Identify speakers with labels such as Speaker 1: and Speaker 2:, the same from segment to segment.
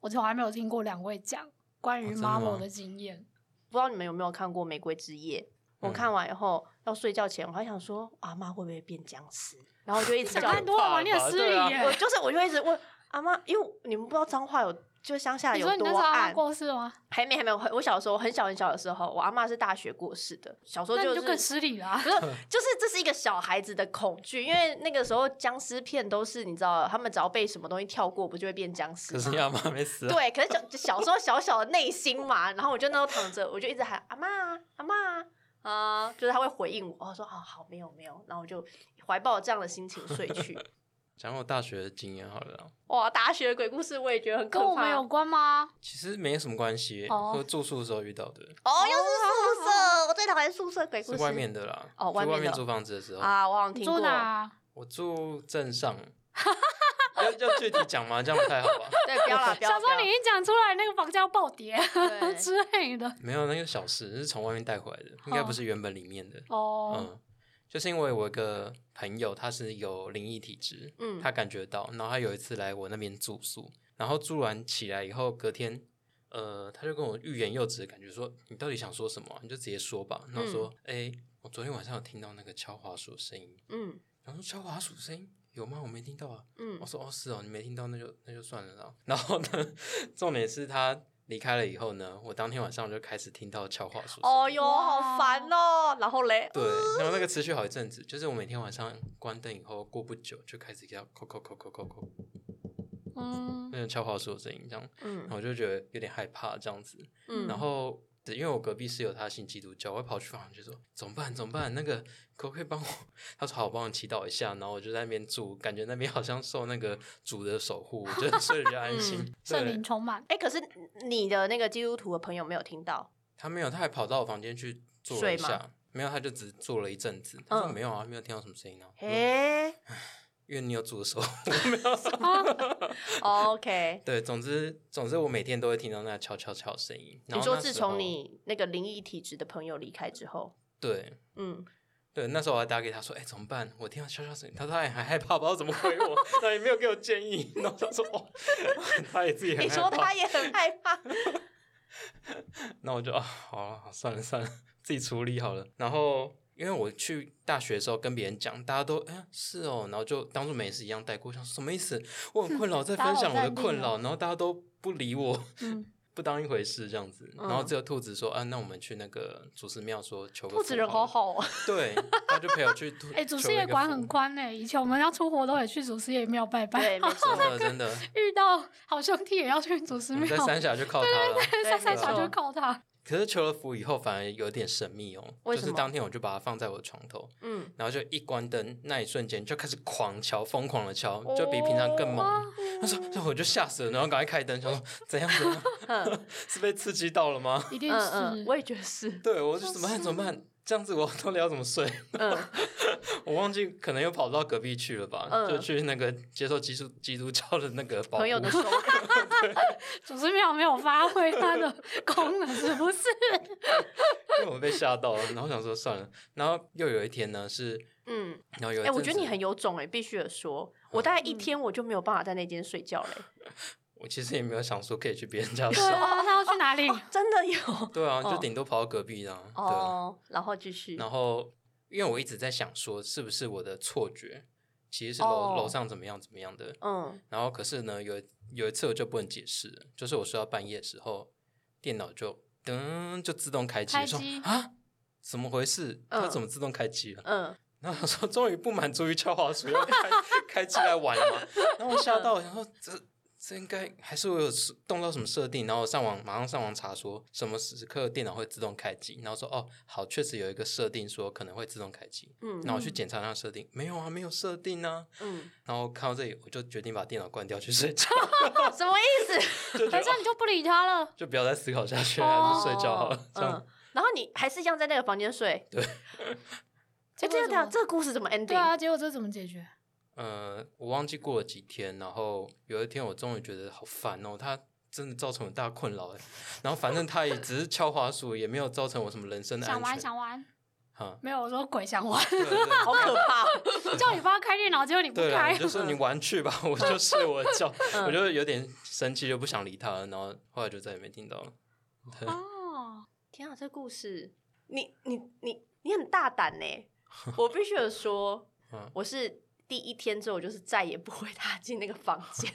Speaker 1: 我从来没有听过两位讲关
Speaker 2: 哦
Speaker 1: 于
Speaker 2: 真的吗
Speaker 1: Marvel 的经验。
Speaker 3: 不知道你们有没有看过《玫瑰之夜》？我
Speaker 2: 嗯
Speaker 3: 看完以后要睡觉前，我还想说阿妈会不会变僵尸，然后我就一直
Speaker 1: 想
Speaker 3: 叫
Speaker 1: 太多了吧？
Speaker 2: 怕
Speaker 1: 你很
Speaker 2: 吧
Speaker 1: 失
Speaker 2: 对啊
Speaker 1: 礼耶！
Speaker 3: 我就是我就一直问阿妈，因为你们不知道脏话有就乡下
Speaker 1: 你
Speaker 3: 有
Speaker 1: 说你那
Speaker 3: 多
Speaker 1: 时候阿妈
Speaker 3: 暗，
Speaker 1: 过世吗？
Speaker 3: 还没还没有。我小时候很小很小的时候，我阿妈是大学过世的，小时候
Speaker 1: 那你
Speaker 3: 是
Speaker 1: 就更失礼啊啦
Speaker 3: 不。是，就是这是一个小孩子的恐惧，因为那个时候僵尸片都是你知道，他们只要被什么东西跳过，不就会变僵尸
Speaker 2: 可
Speaker 3: 吗？
Speaker 2: 是你阿妈没死啊，
Speaker 3: 对，可是小小时候小小的内心嘛，然后我就那时候躺着，我就一直喊阿妈阿妈啊、就是他会回应我，我说啊好没有没有，然后我就怀抱这样的心情睡去。
Speaker 2: 讲我大学的经验好了啦，
Speaker 3: 哇，大学的鬼故事我也觉得很可
Speaker 1: 跟
Speaker 3: 怕。
Speaker 1: 我们有关吗？
Speaker 2: 其实没什么关系，
Speaker 1: 哦
Speaker 2: 我住宿的时候遇到的，
Speaker 3: 哦，又是宿舍，我最讨厌宿舍鬼故
Speaker 2: 是
Speaker 3: 事。
Speaker 2: 外面的啦，
Speaker 3: 哦外
Speaker 2: 住外
Speaker 3: 面的
Speaker 2: 面租房子的哦时候，
Speaker 3: 啊，我好 像听过
Speaker 1: 住。哪？
Speaker 2: 我住镇上，要要具体讲吗？这样不太好吧？
Speaker 3: 对，不要 啦，不要。
Speaker 1: 小时候
Speaker 3: 不
Speaker 1: 你
Speaker 3: 要
Speaker 1: 一讲出来，那个房价要暴跌
Speaker 3: 对
Speaker 1: 之类的。
Speaker 2: 没有，那个小事是从外面带回来的，应该不是原本里面的。
Speaker 1: 哦，
Speaker 2: 嗯，就是因为我有一个朋友，他是有灵异体质，
Speaker 3: 嗯
Speaker 2: 他感觉到，然后他有一次来我那边住宿，然后住完起来以后，隔天，呃，他就跟我欲言又止，感觉说你到底想说什么啊、你就直接说吧。然后说，哎、我昨天晚上有听到那个敲滑鼠的声音，
Speaker 3: 嗯
Speaker 2: 然后说敲滑鼠的声音有吗？我没听到啊。
Speaker 3: 嗯
Speaker 2: 我，说哦是哦，你没听到那就那就算了啦。然后呢， 重点是他离开了以后呢，我当天晚上就开始听到敲话术。
Speaker 3: 哦哟，好烦哦。然后嘞，
Speaker 2: 对，然后那个持续好一阵子，就是我每天晚上关灯以后，过不久就开始要扣扣扣扣扣扣，
Speaker 1: 嗯，
Speaker 2: 那种敲话术的声音这样，然
Speaker 3: 嗯
Speaker 2: 后我就觉得有点害怕这样子。
Speaker 3: 嗯，
Speaker 2: 然后因为我隔壁室友他信基督教，我会跑去房间说怎么办怎么办？那个可不可以帮我？ 他说好，我帮我祈祷一下。然后我就在那边住，感觉那边好像受那个主的守护， 我觉得睡得比较安
Speaker 3: 嗯
Speaker 2: 心。
Speaker 1: 圣
Speaker 2: 对
Speaker 1: 灵充满。
Speaker 3: 哎，可是你的那个基督徒的朋友没有听到，
Speaker 2: 他没有，他还跑到我房间去坐了
Speaker 3: 睡
Speaker 2: 一下
Speaker 3: 吗，
Speaker 2: 没有，他就只坐了一阵子。他说
Speaker 3: 嗯
Speaker 2: 没有啊，没有听到什么声音啊。我说
Speaker 3: 嘿
Speaker 2: 因为你有主的手，我没有手。
Speaker 3: ，OK。
Speaker 2: 对，总之总之，我每天都会听到那敲敲敲的声音。然
Speaker 3: 你
Speaker 2: 后
Speaker 3: 说
Speaker 2: 那
Speaker 3: 自
Speaker 2: 时
Speaker 3: 从
Speaker 2: 候
Speaker 3: 你那个灵异体质的朋友离开之后，
Speaker 2: 对
Speaker 3: 嗯，
Speaker 2: 对，那时候我还打给他说：“哎、怎么办？我听到悄悄声音。”他说：“他也哎还害怕，不知道怎么回我， 他也没有给我建议。”然后他说：“哦， 他也自己很
Speaker 3: 你
Speaker 2: 害
Speaker 3: 说
Speaker 2: 怕。
Speaker 3: 他也很害 怕，
Speaker 2: 那我就啊，好了，好算了算了，自己处理好了。然后因为我去大学的时候跟别人讲，大家都哎、是哦，然后就当做没事一样带过，想说什么意思？我很困扰，在
Speaker 1: 大家
Speaker 2: 分
Speaker 1: 好
Speaker 2: 享我的
Speaker 1: 淡定
Speaker 2: 困
Speaker 1: 哦
Speaker 2: 扰，然后大家都不理我，
Speaker 1: 嗯，
Speaker 2: 不当一回事这样子。然后
Speaker 3: 嗯
Speaker 2: 只有兔子说啊，那我们去那个祖师庙说求个
Speaker 3: 兔子
Speaker 2: 福
Speaker 3: 人好
Speaker 2: 了，
Speaker 3: 好 哦。
Speaker 2: 对，他就陪我去兔。
Speaker 1: 哎，祖
Speaker 2: 求
Speaker 1: 师
Speaker 2: 了一
Speaker 1: 爷
Speaker 2: 个
Speaker 1: 管
Speaker 2: 福
Speaker 1: 很宽呢。以前我们要出活动也去祖师爷庙拜拜，
Speaker 3: 对，没错
Speaker 2: 真，的真 的，
Speaker 1: 遇到好兄弟也要去祖师
Speaker 2: 我
Speaker 1: 庙
Speaker 2: 们在， 三峡就靠它了。
Speaker 3: 对
Speaker 1: 三三
Speaker 3: 没
Speaker 1: 小
Speaker 3: 错
Speaker 1: 就靠他。
Speaker 2: 可是求了福以后，反而有点神秘哦。
Speaker 3: 为
Speaker 2: 就
Speaker 3: 什
Speaker 2: 是
Speaker 3: 么
Speaker 2: 当天我就把它放在我的床头，
Speaker 3: 嗯，
Speaker 2: 然后就一关灯，那一瞬间就开始狂敲，疯狂的敲，就比平常更猛。他说，那我就吓死了，然后赶快开灯，想说怎样怎样，是被刺激到了吗？
Speaker 1: 一定
Speaker 3: 嗯嗯，
Speaker 1: 是。
Speaker 3: 我也觉得是，
Speaker 2: 对，我就怎么办怎么办？这样子我到底要怎么睡？
Speaker 3: 嗯，
Speaker 2: 我忘记，可能又跑到隔壁去了吧，
Speaker 3: 嗯
Speaker 2: 就去那个接受基督基督教的那个保护
Speaker 3: 朋 友的手感，
Speaker 1: 祖师庙没有发挥它的 功能，是不是？
Speaker 2: 因为我被吓到了，然后想说算了。然后又有一天呢是，
Speaker 3: 嗯，
Speaker 2: 然后有一
Speaker 3: 哎，我
Speaker 2: 阵
Speaker 3: 觉得你
Speaker 2: 子
Speaker 3: 很有种哎，必须得说，
Speaker 2: 嗯
Speaker 3: 我大概
Speaker 1: 嗯
Speaker 3: 一天我就没有办法在那间睡觉嘞，
Speaker 2: 我其实也没有想说可以去别人家
Speaker 1: 对
Speaker 2: 睡，
Speaker 1: 啊，那要去哪里？
Speaker 3: 真的有
Speaker 2: 对啊，
Speaker 3: 哦
Speaker 2: 就顶多跑到隔壁啦。
Speaker 3: 哦。然后继续
Speaker 2: 对，，啊然后因为我一直在想说，是不是我的错觉，其实是楼
Speaker 3: 哦
Speaker 2: 楼上怎么样怎么样的。
Speaker 3: 嗯
Speaker 2: 然后可是呢，有有一次我就不能解释了，就是我睡到半夜的时候，电脑就噔就自动开机，
Speaker 1: 开
Speaker 2: 说
Speaker 1: 机
Speaker 2: 啊，怎么回事？它怎么自动开机了？
Speaker 3: 嗯，
Speaker 2: 然后我说，终于不满足于敲滑鼠，要开开机来玩了嘛。 然后我吓到，然后这这应该还是我有动到什么设定，然后我上网马上上网查说什么时刻电脑会自动开机，然后说哦好，确实有一个设定说可能会自动开机。
Speaker 3: 嗯
Speaker 2: 那我去检查那个设定，没有啊，没有设定啊。
Speaker 3: 嗯，
Speaker 2: 然后看到这里，我就决定把电脑关掉去睡觉，
Speaker 3: 哦什么意思？
Speaker 2: 就觉
Speaker 1: 反
Speaker 2: 得、
Speaker 1: 正
Speaker 2: 哦
Speaker 1: 你就不理他了。
Speaker 2: 就不要再思考下去了，还是 睡觉好了。这样
Speaker 3: 嗯，然后你还是一样在那个房间睡，
Speaker 2: 对，
Speaker 3: 哎，
Speaker 1: 结果
Speaker 3: 这个
Speaker 1: 怎么
Speaker 3: 这个故事怎么 ending？
Speaker 1: 对啊，结果这怎么解决？
Speaker 2: 呃，我忘记过了几天，然后有一天我终于觉得好烦哦，他真的造欸成很大困扰哎。然后反正他也只是敲滑鼠，也没有造成我什么人生的安
Speaker 1: 想玩
Speaker 2: 全。
Speaker 1: 想玩，
Speaker 2: 哈，
Speaker 1: 没有，我说鬼想玩，
Speaker 2: 对对对
Speaker 3: 好可怕哦，
Speaker 1: 叫你帮他开电脑，结果你不嗯
Speaker 2: 对啦，
Speaker 1: 开
Speaker 2: 我，就说你玩去吧，我就睡我的 觉，我就有点生气，就不想理他了，然后后来就再也没听到了。对
Speaker 1: 哦，
Speaker 3: 天啊，这故事，你你你你很大胆呢、 我必须得说
Speaker 2: 嗯，
Speaker 3: 我是第一天之后，我就是再也不会踏进那个房间。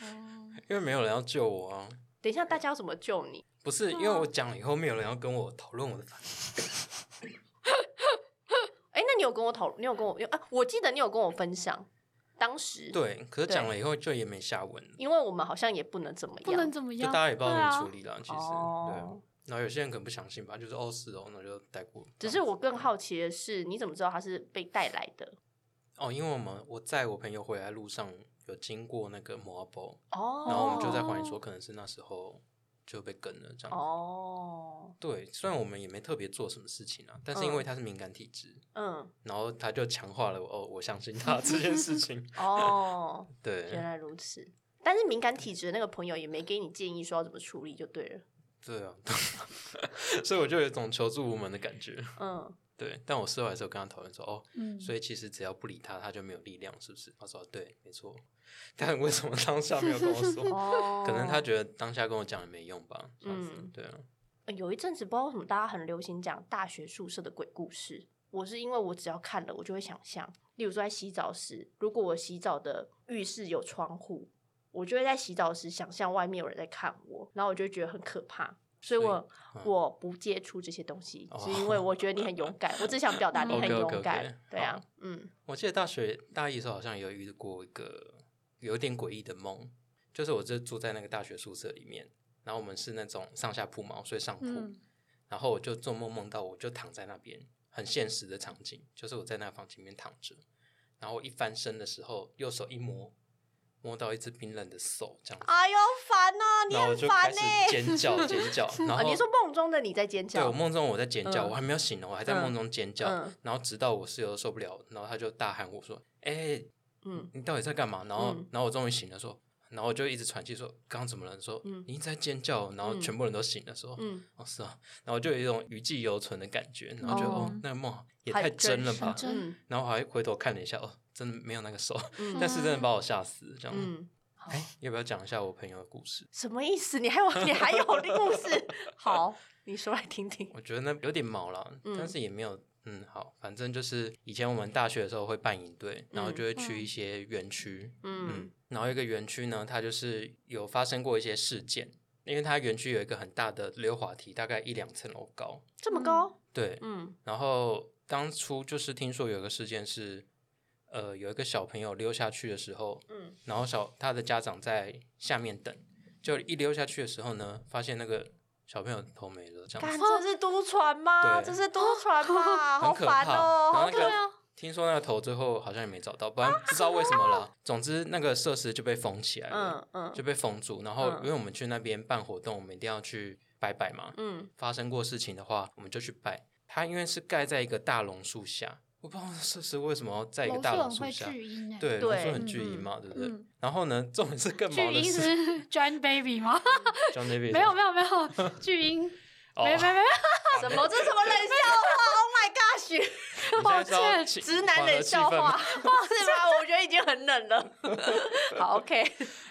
Speaker 1: 嗯
Speaker 2: 因为没有人要救我啊，
Speaker 3: 等一下，大家要怎么救你？
Speaker 2: 不是因为
Speaker 1: 哦
Speaker 2: 我讲了以后，没有人要跟我讨论我的烦
Speaker 3: 哎、那你有跟我讨，你有跟我，有啊，我记得你有跟我分享，当时，
Speaker 2: 对，可是
Speaker 3: 对
Speaker 2: 讲了以后就也没下文了，
Speaker 3: 因为我们好像也不能怎么样，
Speaker 1: 不能怎么
Speaker 2: 就
Speaker 1: 样，
Speaker 2: 大家也不知道
Speaker 1: 对
Speaker 2: 怎么
Speaker 1: 啊
Speaker 2: 处理啦。其实，对啊
Speaker 3: 哦。，
Speaker 2: 然后有些人可能不相信吧，就是哦是哦，那就带过。
Speaker 3: 只是我更好奇的是，你怎么知道他是被带来的？
Speaker 2: 哦，因为我们我在我朋友回来路上有经过那个 m a r b l
Speaker 3: 哦，
Speaker 2: 然后我们就在怀疑说，可能是那时候就被跟了这样子。
Speaker 3: 哦，
Speaker 2: 对，虽然我们也没特别做什么事情啊，但是因为他是敏感体质，
Speaker 3: 嗯，
Speaker 2: 然后他就强化了我哦，我相信他这件事 情。
Speaker 3: 哦，原
Speaker 2: 对，
Speaker 3: 来如此。但是敏感体质的那个朋友也没给你建议说要怎么处理，就对了。
Speaker 2: 对啊， 所以我就有一种求助无门的感觉。
Speaker 3: 嗯，
Speaker 2: 对，但我事后还是有跟他讨论说，哦，
Speaker 1: 嗯，
Speaker 2: 所以其实只要不理他，他就没有力量，是不是？他说对，没错。但为什么当下没有跟我说？
Speaker 3: 哦
Speaker 2: 可能他觉得当下跟我讲也没用吧。这样子，
Speaker 3: 嗯
Speaker 2: 对啊，
Speaker 3: 呃有一阵子不知道为什么大家很流行讲大学宿舍的鬼故事。我是因为我只要看了，我就会想象，例如说在洗澡时，如果我洗澡的浴室有窗户，我就会在洗澡时想象外面有人在看我，然后我就会觉得很可怕。所
Speaker 2: 所
Speaker 3: 以
Speaker 2: 以
Speaker 3: 我
Speaker 2: 嗯
Speaker 3: 我不接触这些东西，
Speaker 2: 哦
Speaker 3: 是因为我觉得你很勇敢，我只想表达你很
Speaker 2: OK，OK，OK，
Speaker 3: 勇敢。对啊
Speaker 2: 好，
Speaker 3: 嗯，
Speaker 2: 我记得大学大一的时候好像有遇过一个有点诡异的梦，就是我就住在那个大学宿舍里面，然后我们是那种上下铺嘛，我睡上铺，
Speaker 1: 嗯
Speaker 2: 然后我就做梦梦到我就躺在那边，很现实的场景，就是我在那个房间里面躺着，然后一翻身的时候，右手一摸，摸到一只冰冷的手这样子，
Speaker 3: 哎呦，好烦哦，
Speaker 2: 然后我就开始尖叫 尖叫，然
Speaker 3: 啊，
Speaker 2: 后
Speaker 3: 你说梦中的你在尖
Speaker 2: 对
Speaker 3: 叫
Speaker 2: 我，梦中我在尖叫，
Speaker 3: 嗯
Speaker 2: 我还没有醒呢，我还在
Speaker 3: 嗯
Speaker 2: 梦中尖叫，
Speaker 3: 嗯
Speaker 2: 然后直到我室友受不了，然后他就大喊我说：“哎、
Speaker 3: 嗯，
Speaker 2: 你到底在干嘛？”然后，
Speaker 3: 嗯
Speaker 2: 然后我终于醒了，说，然后我就一直喘气说：“刚刚怎么了？”说：“
Speaker 3: 嗯
Speaker 2: 你一直在尖叫。”然后
Speaker 3: 嗯
Speaker 2: 全部人都醒了，说：“
Speaker 3: 嗯，
Speaker 2: 哦，是啊。”然后就有一种余悸犹存的感觉，然后就哦
Speaker 1: 哦
Speaker 2: 那个梦也
Speaker 3: 很
Speaker 2: 太真了
Speaker 3: 实
Speaker 2: 吧。
Speaker 1: 真
Speaker 3: 嗯
Speaker 2: 然后还回头看了一下，哦，真的没有那个手，
Speaker 3: 嗯
Speaker 2: 但是真的把我吓死。这样，
Speaker 3: 嗯，好
Speaker 2: 哎、要不要讲一下我朋友的故事？
Speaker 3: 什么意思？你还有你还有故 事？好，你说来听听。
Speaker 2: 我觉得那有点毛了，
Speaker 3: 嗯
Speaker 2: 但是也没有嗯好，反正就是以前我们大学的时候会办营队，然后就会去
Speaker 1: 嗯
Speaker 2: 一些园区，
Speaker 3: 嗯
Speaker 2: 然后一个园区呢，它就是有发生过一些事件，因为它园区有一个很大的溜滑梯，大概一两层楼高，
Speaker 3: 这么高？
Speaker 2: 对，
Speaker 3: 嗯
Speaker 2: 然后当初就是听说有一个事件是，呃，有一个小朋友溜下去的时候，
Speaker 3: 嗯
Speaker 2: 然后小他的家长在下面等，就一溜下去的时候呢，发现那个小朋友头没了，这样子
Speaker 3: 干，这是都传吗？
Speaker 2: 对
Speaker 3: 这是都传吧？好
Speaker 2: 很可怕。
Speaker 3: 烦哦，
Speaker 2: 然
Speaker 3: 好
Speaker 2: 后那
Speaker 3: 可
Speaker 2: 个
Speaker 1: 啊
Speaker 3: 怕。
Speaker 2: 听说那个头最后好像也没找到，不然不知道为什么 啦。总之那个设施就被封起来了，
Speaker 3: 嗯嗯
Speaker 2: 就被封住。然后
Speaker 3: 嗯
Speaker 2: 因为我们去那边办活动，我们一定要去拜拜嘛。
Speaker 3: 嗯，
Speaker 2: 发生过事情的话，我们就去拜。它因为是盖在一个大榕树下，我不知道设施为什么要在一个
Speaker 1: 楼
Speaker 2: 大
Speaker 1: 是
Speaker 2: 榕
Speaker 1: 很
Speaker 2: 树
Speaker 1: 会
Speaker 2: 下。
Speaker 1: 巨婴哎，
Speaker 2: 对，
Speaker 3: 对
Speaker 2: 榕树很巨婴嘛，对不对
Speaker 1: 嗯？
Speaker 2: 然后呢，重点是 更毛
Speaker 1: 巨
Speaker 2: 的
Speaker 1: 婴
Speaker 2: 是
Speaker 1: 是 John Baby 吗？
Speaker 2: ，John David
Speaker 1: 没有没有没有，巨婴
Speaker 2: 哦
Speaker 1: 没没没，
Speaker 3: 怎么这什么冷笑话？Oh my gosh！
Speaker 2: 欸你现在是要
Speaker 1: 抱歉
Speaker 2: 起
Speaker 3: 直男
Speaker 2: 缓和
Speaker 3: 冷
Speaker 2: 气
Speaker 3: 笑
Speaker 2: 氛
Speaker 3: 话， 是吧？我觉得已经很 冷了。好，OK，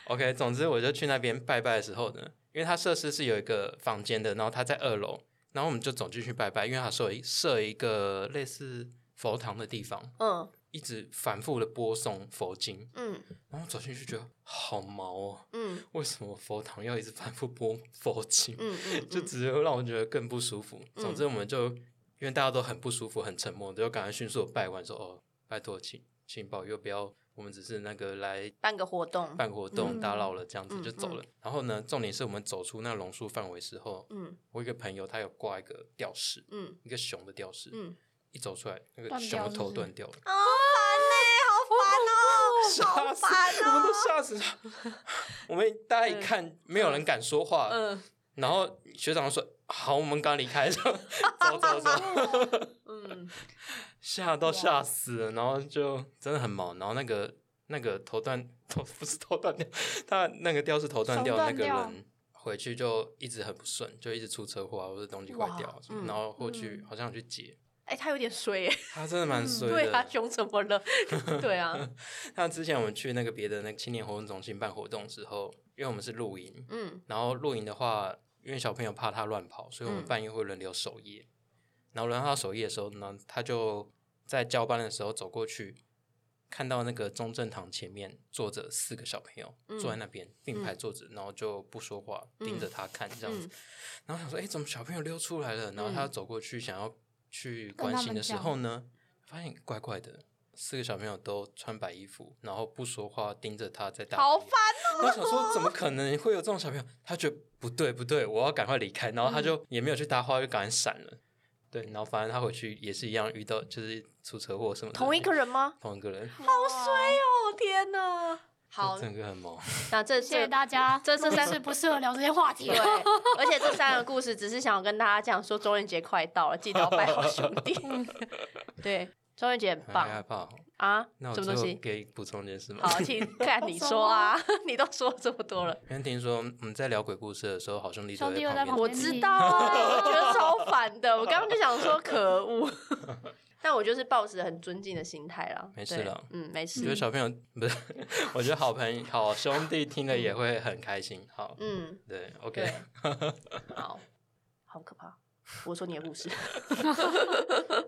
Speaker 2: OK，总之我就去那边拜拜的时候呢，因为它设施是有一个房间的，然后它在二楼，然后我们就走进去拜拜，因为它设一设一个类似佛堂的地方，
Speaker 3: 嗯
Speaker 2: 一直反复的播诵佛经，
Speaker 3: 嗯
Speaker 2: 然后走进去觉得好毛哦，
Speaker 3: 嗯
Speaker 2: 为什么佛堂要一直反复播佛经？
Speaker 3: 嗯嗯，
Speaker 2: 就
Speaker 3: 嗯
Speaker 2: 只有让我觉得更不舒服。总之，
Speaker 3: 嗯
Speaker 2: 我们就因为大家都很不舒服、很沉默，就赶快迅速地拜完说：“哦，拜托，请请保佑，不要，我们只是那个来
Speaker 3: 办个活动，
Speaker 2: 办活动
Speaker 1: 嗯
Speaker 2: 打扰了，这样子
Speaker 3: 嗯
Speaker 2: 就走了。然后呢，重点是我们走出那个榕树范围时候，
Speaker 3: 嗯
Speaker 2: 我一个朋友他有挂一个吊饰，
Speaker 3: 嗯
Speaker 2: 一个熊的吊饰，
Speaker 3: 嗯，
Speaker 2: 一走出来，那个
Speaker 1: 断
Speaker 2: 熊
Speaker 1: 掉
Speaker 2: 的
Speaker 1: 是
Speaker 2: 头
Speaker 1: 不是
Speaker 2: 断掉了，
Speaker 3: 好烦 呢，好烦哦，
Speaker 2: 吓死我们
Speaker 3: 好烦！哦
Speaker 2: 都，吓死了。 我们大家一看，没有人敢说话，
Speaker 3: 嗯
Speaker 2: 然后学长说：“好，我们刚离开， 走走走。”
Speaker 3: 嗯，
Speaker 2: 吓到吓死了，然后就真的很毛，然后那个那个头断 头不是头断掉，他那个吊是头断掉的那个
Speaker 1: 手断
Speaker 2: 人回去就一直很不顺，就一直出车祸啊，或者东西坏掉
Speaker 3: 哇，嗯
Speaker 2: 然后过去
Speaker 1: 嗯
Speaker 2: 好像有去解，
Speaker 3: 哎、他有点衰、哎，
Speaker 2: 他真的蛮衰
Speaker 3: 对啊，
Speaker 2: 的。
Speaker 3: 熊怎么了？对啊，
Speaker 2: 那之前我们去那个别的那个青年活动中心办活动之后，因为我们是露营，
Speaker 3: 嗯，
Speaker 2: 然后露营的话，因为小朋友怕他乱跑，所以我们
Speaker 3: 嗯
Speaker 2: 半夜会轮流守夜。然后轮到他守夜的时候呢，他就在交班的时候走过去，看到那个中正堂前面坐着四个小朋友，
Speaker 3: 嗯
Speaker 2: 坐在那边并排坐着，然后就不说话，盯着他看这样子。
Speaker 3: 嗯
Speaker 2: 然后想说，哎、怎么小朋友溜出来了？然后他走过去想要去关心的时候
Speaker 3: 嗯
Speaker 2: 呢，发现怪怪的。四个小朋友都穿白衣服，然后不说话，盯着他在打。
Speaker 3: 好烦
Speaker 2: 我想说，怎么可能会有这种小朋友？他觉得不对不对，我要赶快离开，然后他
Speaker 3: 嗯
Speaker 2: 就也没有去搭话，就赶快闪了。对，然后反正他回去也是一样遇到，就是出车祸什么的。
Speaker 3: 同一个人吗？
Speaker 2: 同一个人，
Speaker 1: 好衰哦！
Speaker 3: 哦天哪！好，
Speaker 2: 整个很毛。
Speaker 3: 那这
Speaker 1: 谢谢
Speaker 3: 这
Speaker 1: 大 家，
Speaker 3: 这这
Speaker 1: 录
Speaker 3: 三
Speaker 1: 制不适合聊这些话题
Speaker 3: 对。，而且这三个故事只是想要跟大家讲说，中元节快到了，记得要拜好兄弟。对，中元节很
Speaker 2: 很害
Speaker 3: 棒
Speaker 2: 怕哦。
Speaker 3: 啊，
Speaker 2: 那我
Speaker 3: 什么
Speaker 2: 最
Speaker 3: 东
Speaker 2: 后
Speaker 3: 西？
Speaker 2: 给补充一件事吗？
Speaker 3: 好，请看你说啊， 你都说这么多了，
Speaker 2: 因为听说我们在聊鬼故事的时候，好兄弟都
Speaker 1: 兄弟
Speaker 2: 旁
Speaker 1: 又在
Speaker 2: 边。
Speaker 1: 旁
Speaker 3: 我知道啊，我觉得超烦的，我刚刚就想说可恶，但我就是抱持很尊敬的心态啦，
Speaker 2: 没事
Speaker 3: 对
Speaker 2: 啦
Speaker 3: 嗯，没
Speaker 2: 我觉得
Speaker 3: 事，
Speaker 2: 小朋友不是，我觉得好朋友、好兄弟听了也会很开心。好，
Speaker 3: 嗯，
Speaker 2: 对
Speaker 3: 对
Speaker 2: ，OK，，
Speaker 3: 好， 好可怕，我说你的 故事，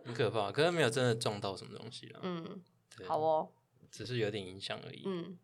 Speaker 2: 很可怕，可是没有真的撞到什么东西了。啊
Speaker 3: 嗯，
Speaker 2: 对
Speaker 3: 好，哦，
Speaker 2: 只是有点影响而已。
Speaker 3: 嗯，